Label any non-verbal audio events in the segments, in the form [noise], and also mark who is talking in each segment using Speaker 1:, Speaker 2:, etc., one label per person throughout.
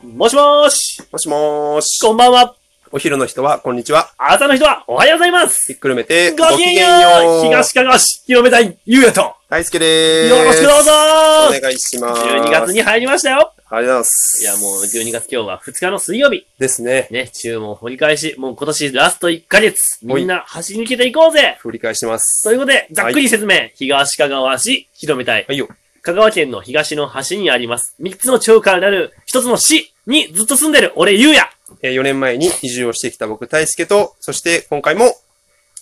Speaker 1: もしもーし
Speaker 2: もしもーし。
Speaker 1: こんばんは
Speaker 2: お昼の人は、こんにちは。
Speaker 1: 朝の人はおはようございます
Speaker 2: ひっくるめて、
Speaker 1: ごきげんよう
Speaker 2: 東。
Speaker 1: 東かがし広めたいゆうやとよ
Speaker 2: 大輔でーす。
Speaker 1: ろしくどうぞ
Speaker 2: お願いします。
Speaker 1: !12 月に入りましたよ
Speaker 2: ありがとうございます。
Speaker 1: いや、もう12月今日は2日の水曜日。
Speaker 2: ですね。
Speaker 1: ね、注文掘り返し、もう今年ラスト1ヶ月、みんな走り抜けていこうぜ
Speaker 2: 振り返してます。
Speaker 1: ということで、ざっくり説明、東かがわ市広めたい。
Speaker 2: はいよ。
Speaker 1: 香川県の東の端にあります。3つの町からなる1つの市にずっと住んでる俺ゆうや
Speaker 2: え4年前に移住をしてきた僕、大輔と、そして今回も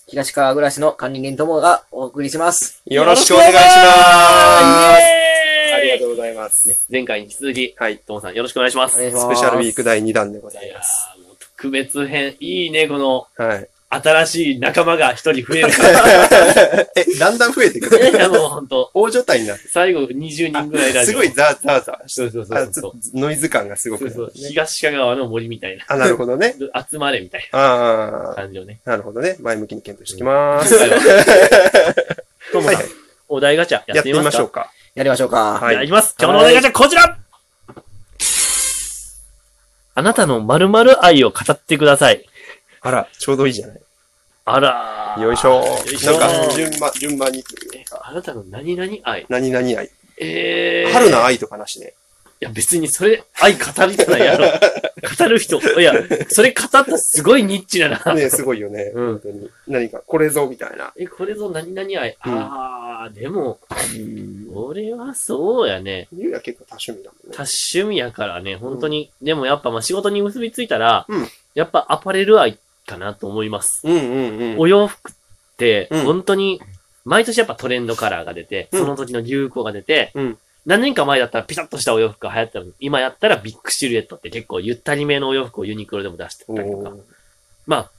Speaker 3: 東川暮らしの管理人ともがお送りします。
Speaker 2: よろしくお願いしま
Speaker 1: イ
Speaker 2: す。
Speaker 1: エーイ
Speaker 2: ありがとうございます。
Speaker 1: ね前回に引き続き、
Speaker 2: はい。
Speaker 1: ともさんよろしくお願いします。
Speaker 3: お願いし
Speaker 2: ス
Speaker 3: ます
Speaker 2: ペシャルウィーク第2弾でござ
Speaker 1: い
Speaker 2: い
Speaker 1: や
Speaker 2: ます。
Speaker 1: ーもう特別編、いいね、この、
Speaker 2: はい。
Speaker 1: 新しい仲間が一人 [laughs] 増える。
Speaker 2: え、だんだん増えてく
Speaker 1: いや、
Speaker 2: る。
Speaker 1: もうほんと、
Speaker 2: 大所帯になって
Speaker 1: 最後20人ぐらいラ
Speaker 2: あ
Speaker 1: ジ
Speaker 2: す
Speaker 1: オ。
Speaker 2: ごい。ザーザーザー
Speaker 1: そうそうそ
Speaker 2: あ
Speaker 1: う
Speaker 2: ち
Speaker 1: そ
Speaker 2: ょ
Speaker 1: う。
Speaker 2: っとノイズ感がすご
Speaker 1: そ
Speaker 2: く
Speaker 1: うそう
Speaker 2: ね。
Speaker 1: 東かがわの森みたいな。
Speaker 2: あ、なるほどね。
Speaker 1: 集まれみたいな
Speaker 2: ああ、
Speaker 1: 感じを
Speaker 2: [laughs]
Speaker 1: ね。
Speaker 2: なるほどね。前向きに検討してきまーす。
Speaker 1: 今回は
Speaker 2: どうもはい、
Speaker 1: お題ガチャや
Speaker 2: や
Speaker 1: っ
Speaker 2: ってて
Speaker 1: み
Speaker 2: み
Speaker 1: ま
Speaker 2: ますしょ
Speaker 1: か
Speaker 2: うか。
Speaker 3: やりましょうか。
Speaker 2: は
Speaker 1: い
Speaker 2: い
Speaker 1: ただきます。今日のお題ガチャ、こちらあなたの〇〇愛を語ってください。
Speaker 2: あら、ちょうどいいじゃない。
Speaker 1: あらー
Speaker 2: よいしょ
Speaker 1: よいし
Speaker 2: ー。
Speaker 1: ょ
Speaker 2: な
Speaker 1: ー
Speaker 2: んか、順番、順番にというか、
Speaker 1: あなたの何々愛
Speaker 2: 何々愛。
Speaker 1: えー。
Speaker 2: 春の愛とかなしね。
Speaker 1: いや、別にそれ、愛語りたない
Speaker 2: [laughs]
Speaker 1: やろ。語る人。いや、それ語ったらすごいニッチだな。
Speaker 2: ねすごいよね。
Speaker 1: うん
Speaker 2: 本当に。何か、これぞ、みたいな。
Speaker 1: え、これぞ何々愛。
Speaker 2: うん
Speaker 1: あー、でも、
Speaker 2: うん。
Speaker 1: 俺はそうやね。
Speaker 2: ゆうや結構多趣味だもんね。
Speaker 1: 多趣味やからね、本当に。でもやっぱ、まあ、仕事に結びついたら、
Speaker 2: うん
Speaker 1: やっぱアパレル愛かなと思います。
Speaker 2: うんうんうん。
Speaker 1: お洋服って、
Speaker 2: うん
Speaker 1: 本当に、毎年やっぱトレンドカラーが出て、
Speaker 2: うん
Speaker 1: その時の流行が出て、
Speaker 2: うん
Speaker 1: 何年か前だったらピタッとしたお洋服が流行ったのに、今やったらビッグシルエットって結構ゆったりめのお洋服をユニクロでも出してたりとか、
Speaker 2: おー
Speaker 1: まあ、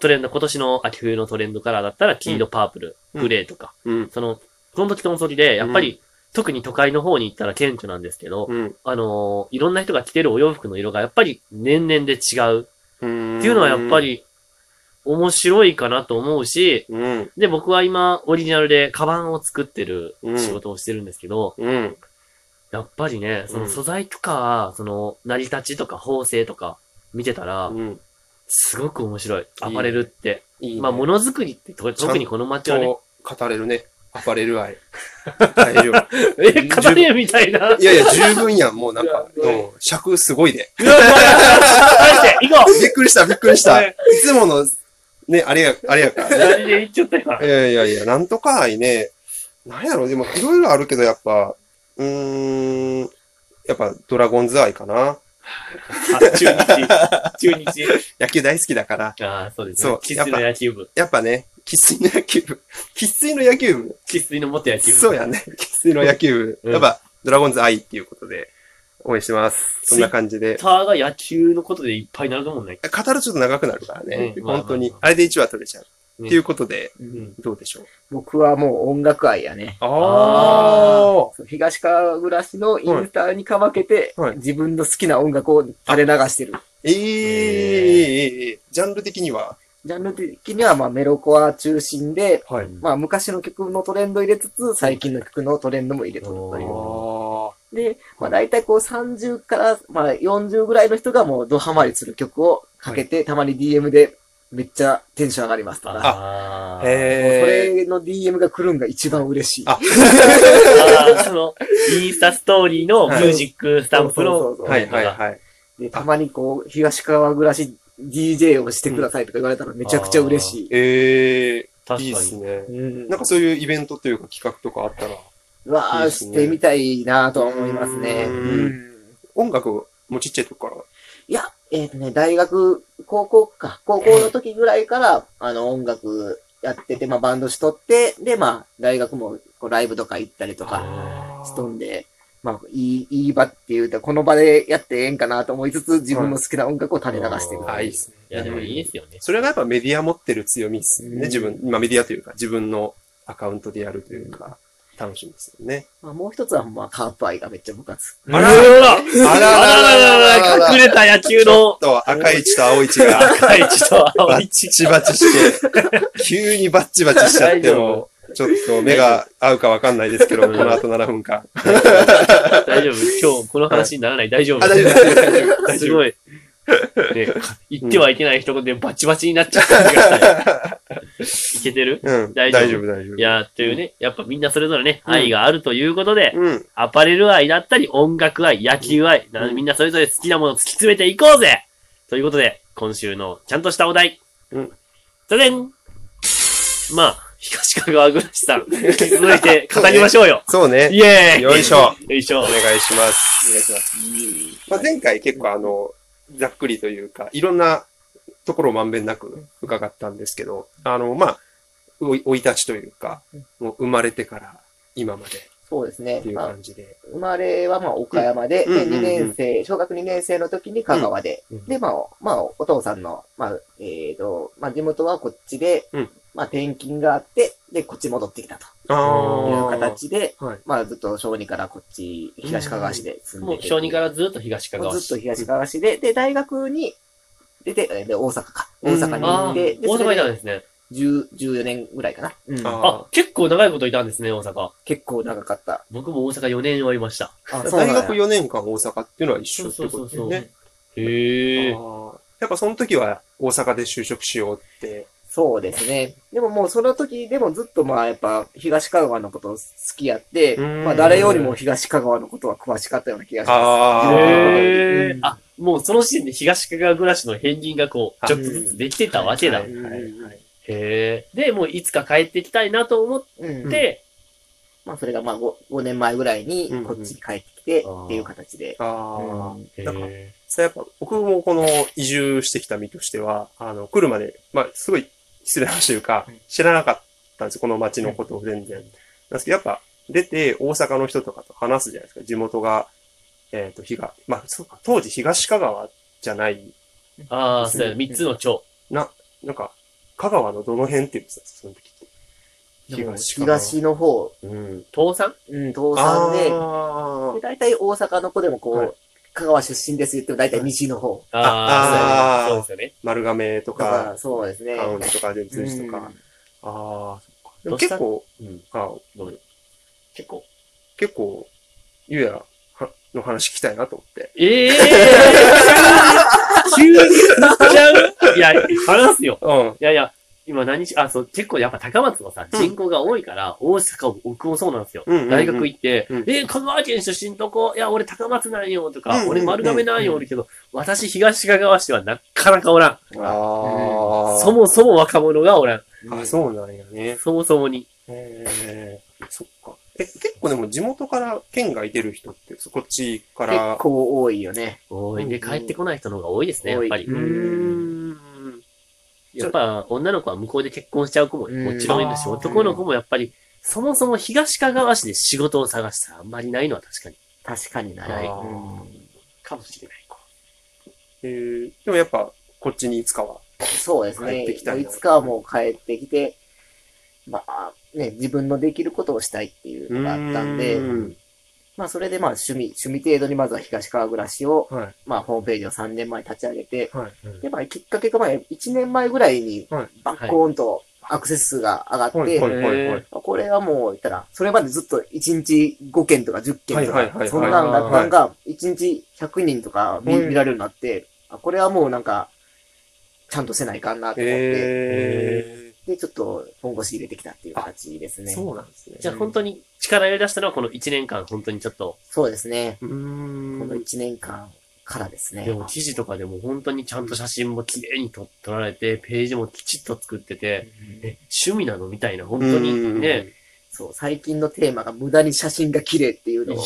Speaker 1: トレンド、今年の秋冬のトレンドカラーだったら黄色、パープル、
Speaker 2: うん
Speaker 1: グレーとか、
Speaker 2: うん。
Speaker 1: その、この時との時で、やっぱり、特に都会の方に行ったら顕著なんですけど、
Speaker 2: うん。
Speaker 1: あのーいろんな人が着てるお洋服の色がやっぱり年々で違うっていうのはやっぱ、り面白いかなと思うし、
Speaker 2: うん。
Speaker 1: で、僕は今オリジナルでカバンを作ってる
Speaker 2: うん
Speaker 1: 仕事をしてるんですけど、
Speaker 2: うん。
Speaker 1: やっぱりね、その
Speaker 2: うん
Speaker 1: 素材とか、その成り立ちとか縫製とか見てたら、
Speaker 2: うん。
Speaker 1: すごく面白い。アパレルって。
Speaker 2: いいね。
Speaker 1: まあ、ものづくりってと
Speaker 2: ちゃんと
Speaker 1: 特にこの街はね、
Speaker 2: と語れるね。アパレル愛。大丈夫。
Speaker 1: え、語れみたいな。
Speaker 2: いやいや、十分やん。もうなんか、
Speaker 1: いや
Speaker 2: うん尺すごいで。
Speaker 1: うわうわうわ返して、行こう
Speaker 2: びっくりした、びっくりした。
Speaker 1: ね
Speaker 2: いつもの、ね、あれや、あれやからね。
Speaker 1: 何で言っちゃった今
Speaker 2: い。やいやいや、なんとか愛ね。なんやろ、でもいろいろあるけど、やっぱ、うーん、やっぱドラゴンズ愛か
Speaker 1: あ、
Speaker 2: な。
Speaker 1: 中日。中日。
Speaker 2: 野球大好きだから。
Speaker 1: ああ、そうですね
Speaker 2: そう。
Speaker 1: 喫水の野球部。
Speaker 2: やっぱね、喫水の野球部。喫水の野球部。
Speaker 1: 喫水の元野球部。
Speaker 2: そうやね。喫水の野球
Speaker 1: う
Speaker 2: 部。
Speaker 1: ん
Speaker 2: やっぱ、ドラゴンズ愛っていうことで、応援してます。そんな感じで。
Speaker 1: ターが野球のことでいっぱいになると思うんだけ
Speaker 2: 語るとちょっと長くなるからね。
Speaker 1: うん
Speaker 2: 本当に。
Speaker 1: まあまあまあ
Speaker 2: あれで1話取れちゃう。
Speaker 1: うん
Speaker 2: っていうことで、
Speaker 1: ん
Speaker 2: どうでしょう。
Speaker 3: 僕はもう音楽愛やね。
Speaker 1: あ
Speaker 3: そう東川暮らしのインスタにかまけて、
Speaker 2: はいはい
Speaker 3: 自分の好きな音楽を垂れ流してる。
Speaker 2: えーえーえージャンル的には、
Speaker 3: ジャンル的にはまあメロコア中心で、
Speaker 2: はい
Speaker 1: ど。
Speaker 3: まあ昔の曲のトレンド入れつつ、最近の曲のトレンドも入れとるとい
Speaker 1: お
Speaker 3: う。
Speaker 2: あ
Speaker 3: で、まあ大体こう30から、まあ、40ぐらいの人がもうドハマりする曲をかけて、たまに DM でめっちゃテンション上がりますとか。
Speaker 1: ああー。
Speaker 2: あ。
Speaker 3: もうそ
Speaker 2: へえ。
Speaker 3: れの DM が来るんが一番嬉しい。
Speaker 2: あ
Speaker 1: あーその、インスタストーリーのミュージックスタンプ
Speaker 3: そ
Speaker 1: の
Speaker 3: うそうそうそう
Speaker 2: はいはいはい。
Speaker 3: でたまにこう、東川暮らし DJ をしてくださいとか言われたらめちゃくちゃ嬉しい。
Speaker 2: ええ
Speaker 1: 確か
Speaker 2: いいです
Speaker 1: に。
Speaker 2: ね。
Speaker 3: うん。
Speaker 2: なんかそういうイベントというか企画とかあったら、
Speaker 3: うわ
Speaker 2: いい
Speaker 3: あ、
Speaker 2: です
Speaker 3: し
Speaker 2: ね
Speaker 3: てみたいなとは思いますね。
Speaker 2: う
Speaker 3: うんん。
Speaker 2: 音楽もちっちゃい時から。
Speaker 3: いや、えっ、とね、大学、高校か、高校の時ぐらい
Speaker 2: [laughs]
Speaker 3: から、あの、音楽やってて、まあ、バンドしとって、で、まあ、大学もこうライブとか行ったりとか
Speaker 1: あ
Speaker 3: しとんで、まあ、いい、いい場っていうと、この場でやってええんかなと思いつつ、自分の好きな音楽を垂れ流してる。
Speaker 1: はい
Speaker 2: あ、いいですね。
Speaker 1: ーいや、でもいいですよね。
Speaker 2: それがやっぱメディア持ってる強みですよ
Speaker 3: うん
Speaker 2: ね。自分、今メディアというか自分のアカウントでやるというか、楽しみですよね。
Speaker 3: まあ、もう一つは、まあ、カープ愛がめっちゃ僕はつ。
Speaker 1: あら
Speaker 2: あ
Speaker 1: らら
Speaker 2: ららららら
Speaker 1: 隠れた野球
Speaker 2: ちょ
Speaker 1: の
Speaker 2: っと赤い血と青い血が。
Speaker 1: 赤いちと青
Speaker 2: バ
Speaker 1: い
Speaker 2: ッチバチして、急にバッチバチしちゃっても、ちょっと目が合うかわかんないですけど、
Speaker 1: うん
Speaker 2: この後7分間。
Speaker 1: 大丈夫。今日この話にならない。大丈夫。
Speaker 2: あ、大丈夫です大丈夫です。
Speaker 1: すごい。ね、言ってはいけない一言でバチバチになっちゃった。いけてる
Speaker 2: うん、
Speaker 1: 大
Speaker 2: 大
Speaker 1: 丈夫
Speaker 2: 丈夫、大丈夫。
Speaker 1: いやー、というね、やっぱみんなそれぞれね、
Speaker 2: うん
Speaker 1: 愛があるということで、
Speaker 2: うん、
Speaker 1: アパレル愛だったり、音楽愛、野球愛、な
Speaker 2: うん
Speaker 1: みんなそれぞれ好きなものを突き詰めていこうぜということで、今週のちゃんとしたお題。
Speaker 2: うん。
Speaker 1: じゃでんまあ、東かがわぐらし
Speaker 2: [laughs]
Speaker 1: さん、引き続いて語りましょうよ
Speaker 2: そうね。
Speaker 1: イエーイ
Speaker 2: よいしょ。
Speaker 1: よいしょ
Speaker 2: お。願いします。
Speaker 3: お願いします。
Speaker 2: まあ、前回結構あの、ざっくりというか、いろんなところをまんべんなく伺ったんですけど、あの、まあ、おい生い立ちというか、もう生まれてから今まで
Speaker 3: そうですね
Speaker 2: っ。ていう
Speaker 3: まあ
Speaker 2: 感じで。
Speaker 3: 生まれはまあ岡山で、
Speaker 2: うん
Speaker 3: で
Speaker 2: うんうんうん
Speaker 3: 2年生、小学2年生の時に香川で、
Speaker 2: うん
Speaker 3: で、まあ、まあ、お父さんの、まあ、えっ、と、まあ、地元はこっちで、
Speaker 2: うん
Speaker 3: まあ、転勤があって、で、こっち戻ってきたとい
Speaker 2: あ
Speaker 3: う
Speaker 2: あ。
Speaker 3: 形で、
Speaker 2: はい。
Speaker 3: まあ、ずっと小児からこっち、東かがわ市で住ん
Speaker 1: も
Speaker 3: で
Speaker 1: う
Speaker 3: て、
Speaker 1: 小児からずっと東かが
Speaker 3: も
Speaker 1: わ
Speaker 3: うずっと
Speaker 1: 市。
Speaker 3: 東かがわ市で、で、大学に出て、えで、大阪か。大阪に行
Speaker 1: ああ、
Speaker 3: っ
Speaker 1: 大
Speaker 3: て、でそ
Speaker 1: 阪
Speaker 3: れ
Speaker 1: いたん
Speaker 3: で
Speaker 1: ですね。
Speaker 3: 10 14年ぐらいかな。うん
Speaker 2: あ
Speaker 1: あ、結構長いこといたんですね、大阪。
Speaker 3: 結構長かった。
Speaker 1: 僕も大阪4年おりました。
Speaker 3: あ
Speaker 2: 大学
Speaker 3: よ。
Speaker 2: 4年間大阪っていうのは一緒って
Speaker 1: そ
Speaker 2: ことです
Speaker 1: うそうそう
Speaker 2: よね。
Speaker 1: へえ。
Speaker 2: あーやっぱその時は大阪で就職しようって。
Speaker 3: そうですね。でももうその時でもずっとまあやっぱ東かがわのこと好きやって、
Speaker 2: うーん
Speaker 3: まあ誰よりも東かがわのことは詳しかったような気がしま
Speaker 2: あ
Speaker 3: ー
Speaker 2: ー
Speaker 1: へ
Speaker 3: う
Speaker 1: ー
Speaker 3: ん
Speaker 1: あ、もうその時点で東かがわ暮らしの片鱗がこう、ちょっとずつできてたわけだ。
Speaker 2: は
Speaker 1: へ
Speaker 2: いはいはい
Speaker 1: え。で、もういつか帰ってきたいなと思っ
Speaker 3: す。うん。
Speaker 1: て、
Speaker 3: まあそれがまあ 5, 5年前ぐらいにこっちに帰ってきて
Speaker 1: うん
Speaker 3: っていう形で。
Speaker 2: ああ。
Speaker 1: へ
Speaker 2: なんか
Speaker 1: ー
Speaker 2: それやっぱ僕もこの移住してきた身としては、あの、来るまで、まあすごい失礼な話というか
Speaker 3: うん、
Speaker 2: 知らなかったんですよ。この街のことを全然。なんですけど、やっぱ出て大阪の人とかと話すじゃないですか。地元が、えっ、と、東、まあそうか、当時東香川じゃない、
Speaker 1: ああ、そうや、三つの蝶。
Speaker 2: なんか、香川のどの辺って言ってたんですかその時って。東香川。
Speaker 3: 東の方、
Speaker 2: うん。
Speaker 1: 父さん
Speaker 3: うん、東山
Speaker 2: あ
Speaker 3: で、で
Speaker 2: ー
Speaker 3: 大体大阪の子でもこう、
Speaker 2: はい
Speaker 3: 香川出身です言っても大体西の方。
Speaker 1: ああ、
Speaker 2: あ
Speaker 1: そうやそ
Speaker 2: ー
Speaker 1: うですよね。
Speaker 2: 丸亀と
Speaker 3: だか
Speaker 2: か、
Speaker 3: らそうですね。
Speaker 2: カウンとか、善通寺と
Speaker 3: うん
Speaker 2: か。ああ、そっか。
Speaker 1: ど
Speaker 2: でも
Speaker 1: うし
Speaker 2: 結
Speaker 1: た
Speaker 2: 構、
Speaker 1: うん、
Speaker 2: あ
Speaker 1: ごめん。結構。
Speaker 2: 結構、ゆうやはの話聞きたいなと思って。
Speaker 1: ええー急に言っちゃういや、話すよ。
Speaker 2: うん。
Speaker 1: いやいや、今何し、あ、そう、結構やっぱ高松のさ、
Speaker 2: うん
Speaker 1: 人口が多いから、大阪も奥もそうなんですよ。
Speaker 2: うんうんうん
Speaker 1: 大学行って、
Speaker 2: うん
Speaker 1: えー、香川県出身どこいや、俺高松なんよ、とか、
Speaker 2: うんうんうん
Speaker 1: 俺丸亀なんよ、おるけど、私東かがわ市はなかなかおらん。
Speaker 2: ああ、
Speaker 1: そもそも若者がおらん。
Speaker 2: あ、そうなんやね。
Speaker 1: そもそもに。
Speaker 2: えー、そっか。え、結構でも地元から県外出る人って、そこっちか
Speaker 3: 結
Speaker 2: ら。
Speaker 3: 構多いよね。
Speaker 1: 多い
Speaker 2: うんう
Speaker 1: で、
Speaker 2: ん
Speaker 1: 帰ってこない人の方が多いですね、やっぱり
Speaker 3: 多。い
Speaker 2: ん。
Speaker 1: やっぱ、女の子は向こうで結婚しちゃう子も
Speaker 3: うん
Speaker 1: もちろんいるし、
Speaker 2: あー
Speaker 1: 男の子もやっぱり、そもそも東かがわ市で仕事を探したらあんまりないのは確かに。
Speaker 3: 確かにな。
Speaker 1: はい
Speaker 3: うん
Speaker 1: かもしれない。
Speaker 2: えー、でもやっぱ、こっちにいつかは。
Speaker 3: そうですね。
Speaker 2: 帰ってきたんだ
Speaker 3: いつかはもう帰ってきて、まあ、ね、自分のできることをしたいっていうのがあったんで、
Speaker 2: うん
Speaker 3: まあ、それでまあ、趣味、趣味程度にまずは東川暮らしを、
Speaker 2: はい。
Speaker 3: まあ、ホームページを3年前に立ち上げて、
Speaker 2: はい。
Speaker 3: で、まあ、きっかけがまあ、1年前ぐらいに
Speaker 2: はい、
Speaker 3: バッコーンとアクセス数が上がって、
Speaker 2: はい。はい。はい。
Speaker 1: え
Speaker 2: は
Speaker 1: ー
Speaker 2: い。
Speaker 3: まあこれはもう、言ったら、それまでずっと1日5件とか10件と
Speaker 2: はいはいはいは
Speaker 3: か、
Speaker 2: い
Speaker 3: そんなんだったんが、1日100人とか見
Speaker 2: うん
Speaker 3: 見られるようになって、あこれはもうなんか、ちゃんとせないかんなと思って、
Speaker 2: え
Speaker 3: で、ちょっと本腰入れてきたっていう形です
Speaker 2: ー、
Speaker 3: ね。
Speaker 2: そうなんですね。
Speaker 1: じゃあ本当に力を入れ出したのはこの1年間、本当にちょっと、
Speaker 3: そうですね。
Speaker 2: う
Speaker 3: この
Speaker 2: ーん。
Speaker 3: 1年間からですね
Speaker 1: で。も記事とかでも本当にちゃんと写真も綺麗に撮撮られて、ページもきちっと作ってて、え、趣味なのみたいな、本当にね。
Speaker 3: そう、最近のテーマが無駄に写真が綺麗っていうのを、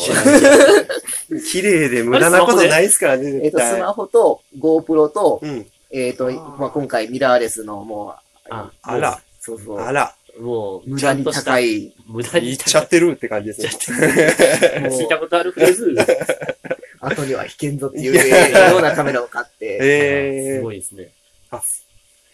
Speaker 2: 綺麗で無駄なことないですからね、
Speaker 3: えっ
Speaker 2: 絶
Speaker 3: と、ス
Speaker 2: 対。
Speaker 3: マホと GoPro と、
Speaker 2: うん。
Speaker 3: えっと、
Speaker 2: ー
Speaker 3: まあ、今回ミラーレスのもう、
Speaker 1: あ
Speaker 2: あら、
Speaker 3: そうそ
Speaker 2: あ
Speaker 3: う、
Speaker 2: ら、
Speaker 1: もう、
Speaker 3: 無
Speaker 1: ちゃ
Speaker 3: 駄
Speaker 1: ん
Speaker 3: に
Speaker 1: とした
Speaker 3: 高、い、
Speaker 1: 無駄
Speaker 2: 言
Speaker 1: に
Speaker 2: っちゃ
Speaker 1: 高
Speaker 2: ってるって感じですね。
Speaker 1: い。
Speaker 2: [laughs]
Speaker 1: 聞いたことあるフレーズ。
Speaker 3: 後には危険ぞっていうようなカメラを買っ
Speaker 2: [laughs]
Speaker 3: て、
Speaker 1: す
Speaker 2: え
Speaker 1: ご
Speaker 2: ー
Speaker 1: いですね。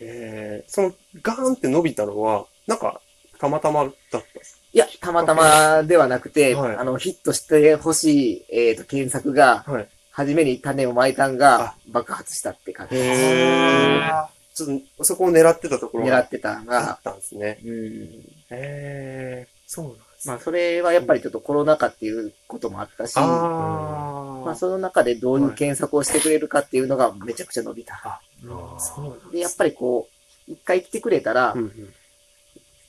Speaker 2: えー、そのガーンって伸びたのは、なんか、たまたまだったんです
Speaker 3: いや、たまたまではなくて、
Speaker 2: はい
Speaker 3: あの、ヒットしてほしい、えっと、検索が、
Speaker 2: かはい。
Speaker 3: 初めに種をまいたんが爆発したって感じです。
Speaker 1: へー
Speaker 2: ちょっとそこを狙ってたところ
Speaker 3: 狙
Speaker 2: が
Speaker 3: ってたの
Speaker 2: あ
Speaker 3: が
Speaker 2: っ、たんですね。
Speaker 3: うん。
Speaker 2: へえ、そうなんです
Speaker 3: まあ、それはやっぱりちょっとコロナ禍っていうこともあったし、
Speaker 2: あ
Speaker 3: まあ、その中でどういう検索をしてくれるかっていうのがめちゃくちゃ伸びた。
Speaker 2: あ、そうなんです
Speaker 3: で、やっぱりこう、一回来てくれたら
Speaker 2: う、んうん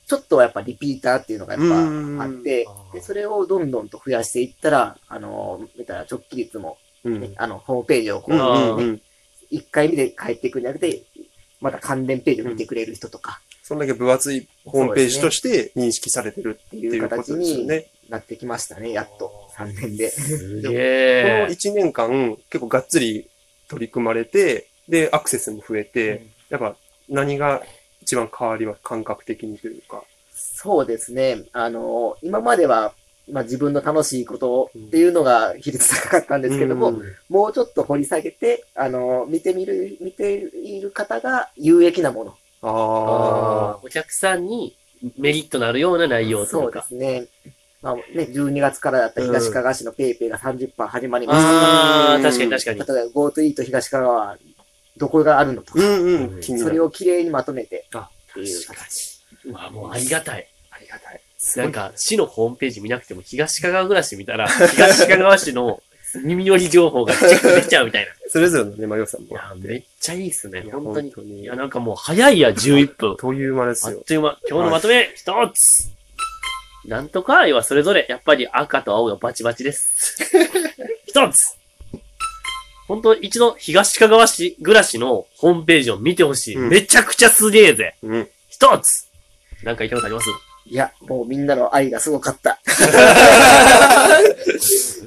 Speaker 3: ちょっとはやっぱリピーターっていうのがやっ
Speaker 2: うん
Speaker 3: ぱあって
Speaker 1: あー、
Speaker 3: で、それをどんどんと増やしていったら、あの、見たら直帰率も、
Speaker 2: うん
Speaker 3: ねあの、ホームページをこ
Speaker 2: うん
Speaker 3: う、
Speaker 2: うんうん
Speaker 3: 一回見て帰ってくるんじゃなくて、また関連ページを見てくれる人とか、
Speaker 2: そんだけ分厚いホームページとして認識されてるっていうことですよね。
Speaker 3: なってきましたね、やっと。3年で。
Speaker 1: す
Speaker 2: この
Speaker 1: げえ。
Speaker 2: 1年間結構がっつり取り組まれて、で、アクセスも増えて、やっぱ何が一番変わります感覚的にというか。
Speaker 3: そうですね。あの、今までは、まあ、自分の楽しいことっていうのが比率高かったんですけども、
Speaker 2: うん
Speaker 3: もうちょっと掘り下げて、あの、見てみる、見ている方が有益なもの。
Speaker 2: あ
Speaker 1: お客さんにメリットのあるような内容
Speaker 3: そ
Speaker 1: と
Speaker 3: うで
Speaker 1: か。
Speaker 3: すね。まあね、12月からだった東かがわ市のペイペイが30%始まりました。
Speaker 1: あ
Speaker 2: う
Speaker 1: あ、
Speaker 2: ん
Speaker 1: 確かに確かに。
Speaker 3: 例えば GoTo イート東かがわはどこがあるのと
Speaker 2: あ。う
Speaker 3: か、
Speaker 2: んうん。気に
Speaker 3: そ
Speaker 2: な
Speaker 3: れ
Speaker 2: る。
Speaker 3: をきれいにまとめて
Speaker 2: あ
Speaker 3: っていう形。
Speaker 1: うわ、もうありがたい。
Speaker 2: ありがたい。
Speaker 1: なんか、市のホームページ見なくても、東かがわ暮らし見 [laughs] たら、東かがわ市の耳寄り情報がチェックできちゃうみたいな。
Speaker 2: それぞれのね、まあ、良さもあっ
Speaker 1: いや、め
Speaker 2: て。
Speaker 1: っちゃいいっすね
Speaker 2: い。や
Speaker 1: 本当に。い
Speaker 2: に
Speaker 1: や、なんかもう早いや、11分。
Speaker 2: という間です
Speaker 1: あっ
Speaker 2: よ。
Speaker 1: という間。今日のまとめ、一つなんとか愛はそれぞれ、やっぱり赤と青がバチバチ [laughs] です。一つ本当一度、東かがわ市暮らしのホームページを見てほしい。
Speaker 2: うん
Speaker 1: めちゃくちゃすげえぜ。
Speaker 3: [laughs]
Speaker 2: うん。
Speaker 1: 一つなんか言いたいことあります
Speaker 3: いや、もうみんなの愛がすごかった。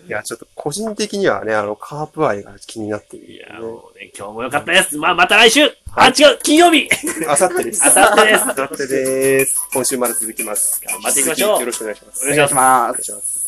Speaker 2: いや、ちょっと個人的にはね、あの、カープ愛が気になってる。
Speaker 1: いや、もうね、今日も良かったです。まあ、また来週あ、違う金曜日
Speaker 2: あさってです。
Speaker 1: あさってです
Speaker 2: あさってです。今週まで続きます。
Speaker 1: 頑張っていきましょう
Speaker 2: 引き続きよろしくお願いしま
Speaker 1: お
Speaker 2: す。
Speaker 1: 願いし
Speaker 3: お願いしま
Speaker 2: お願
Speaker 3: す
Speaker 2: い。します。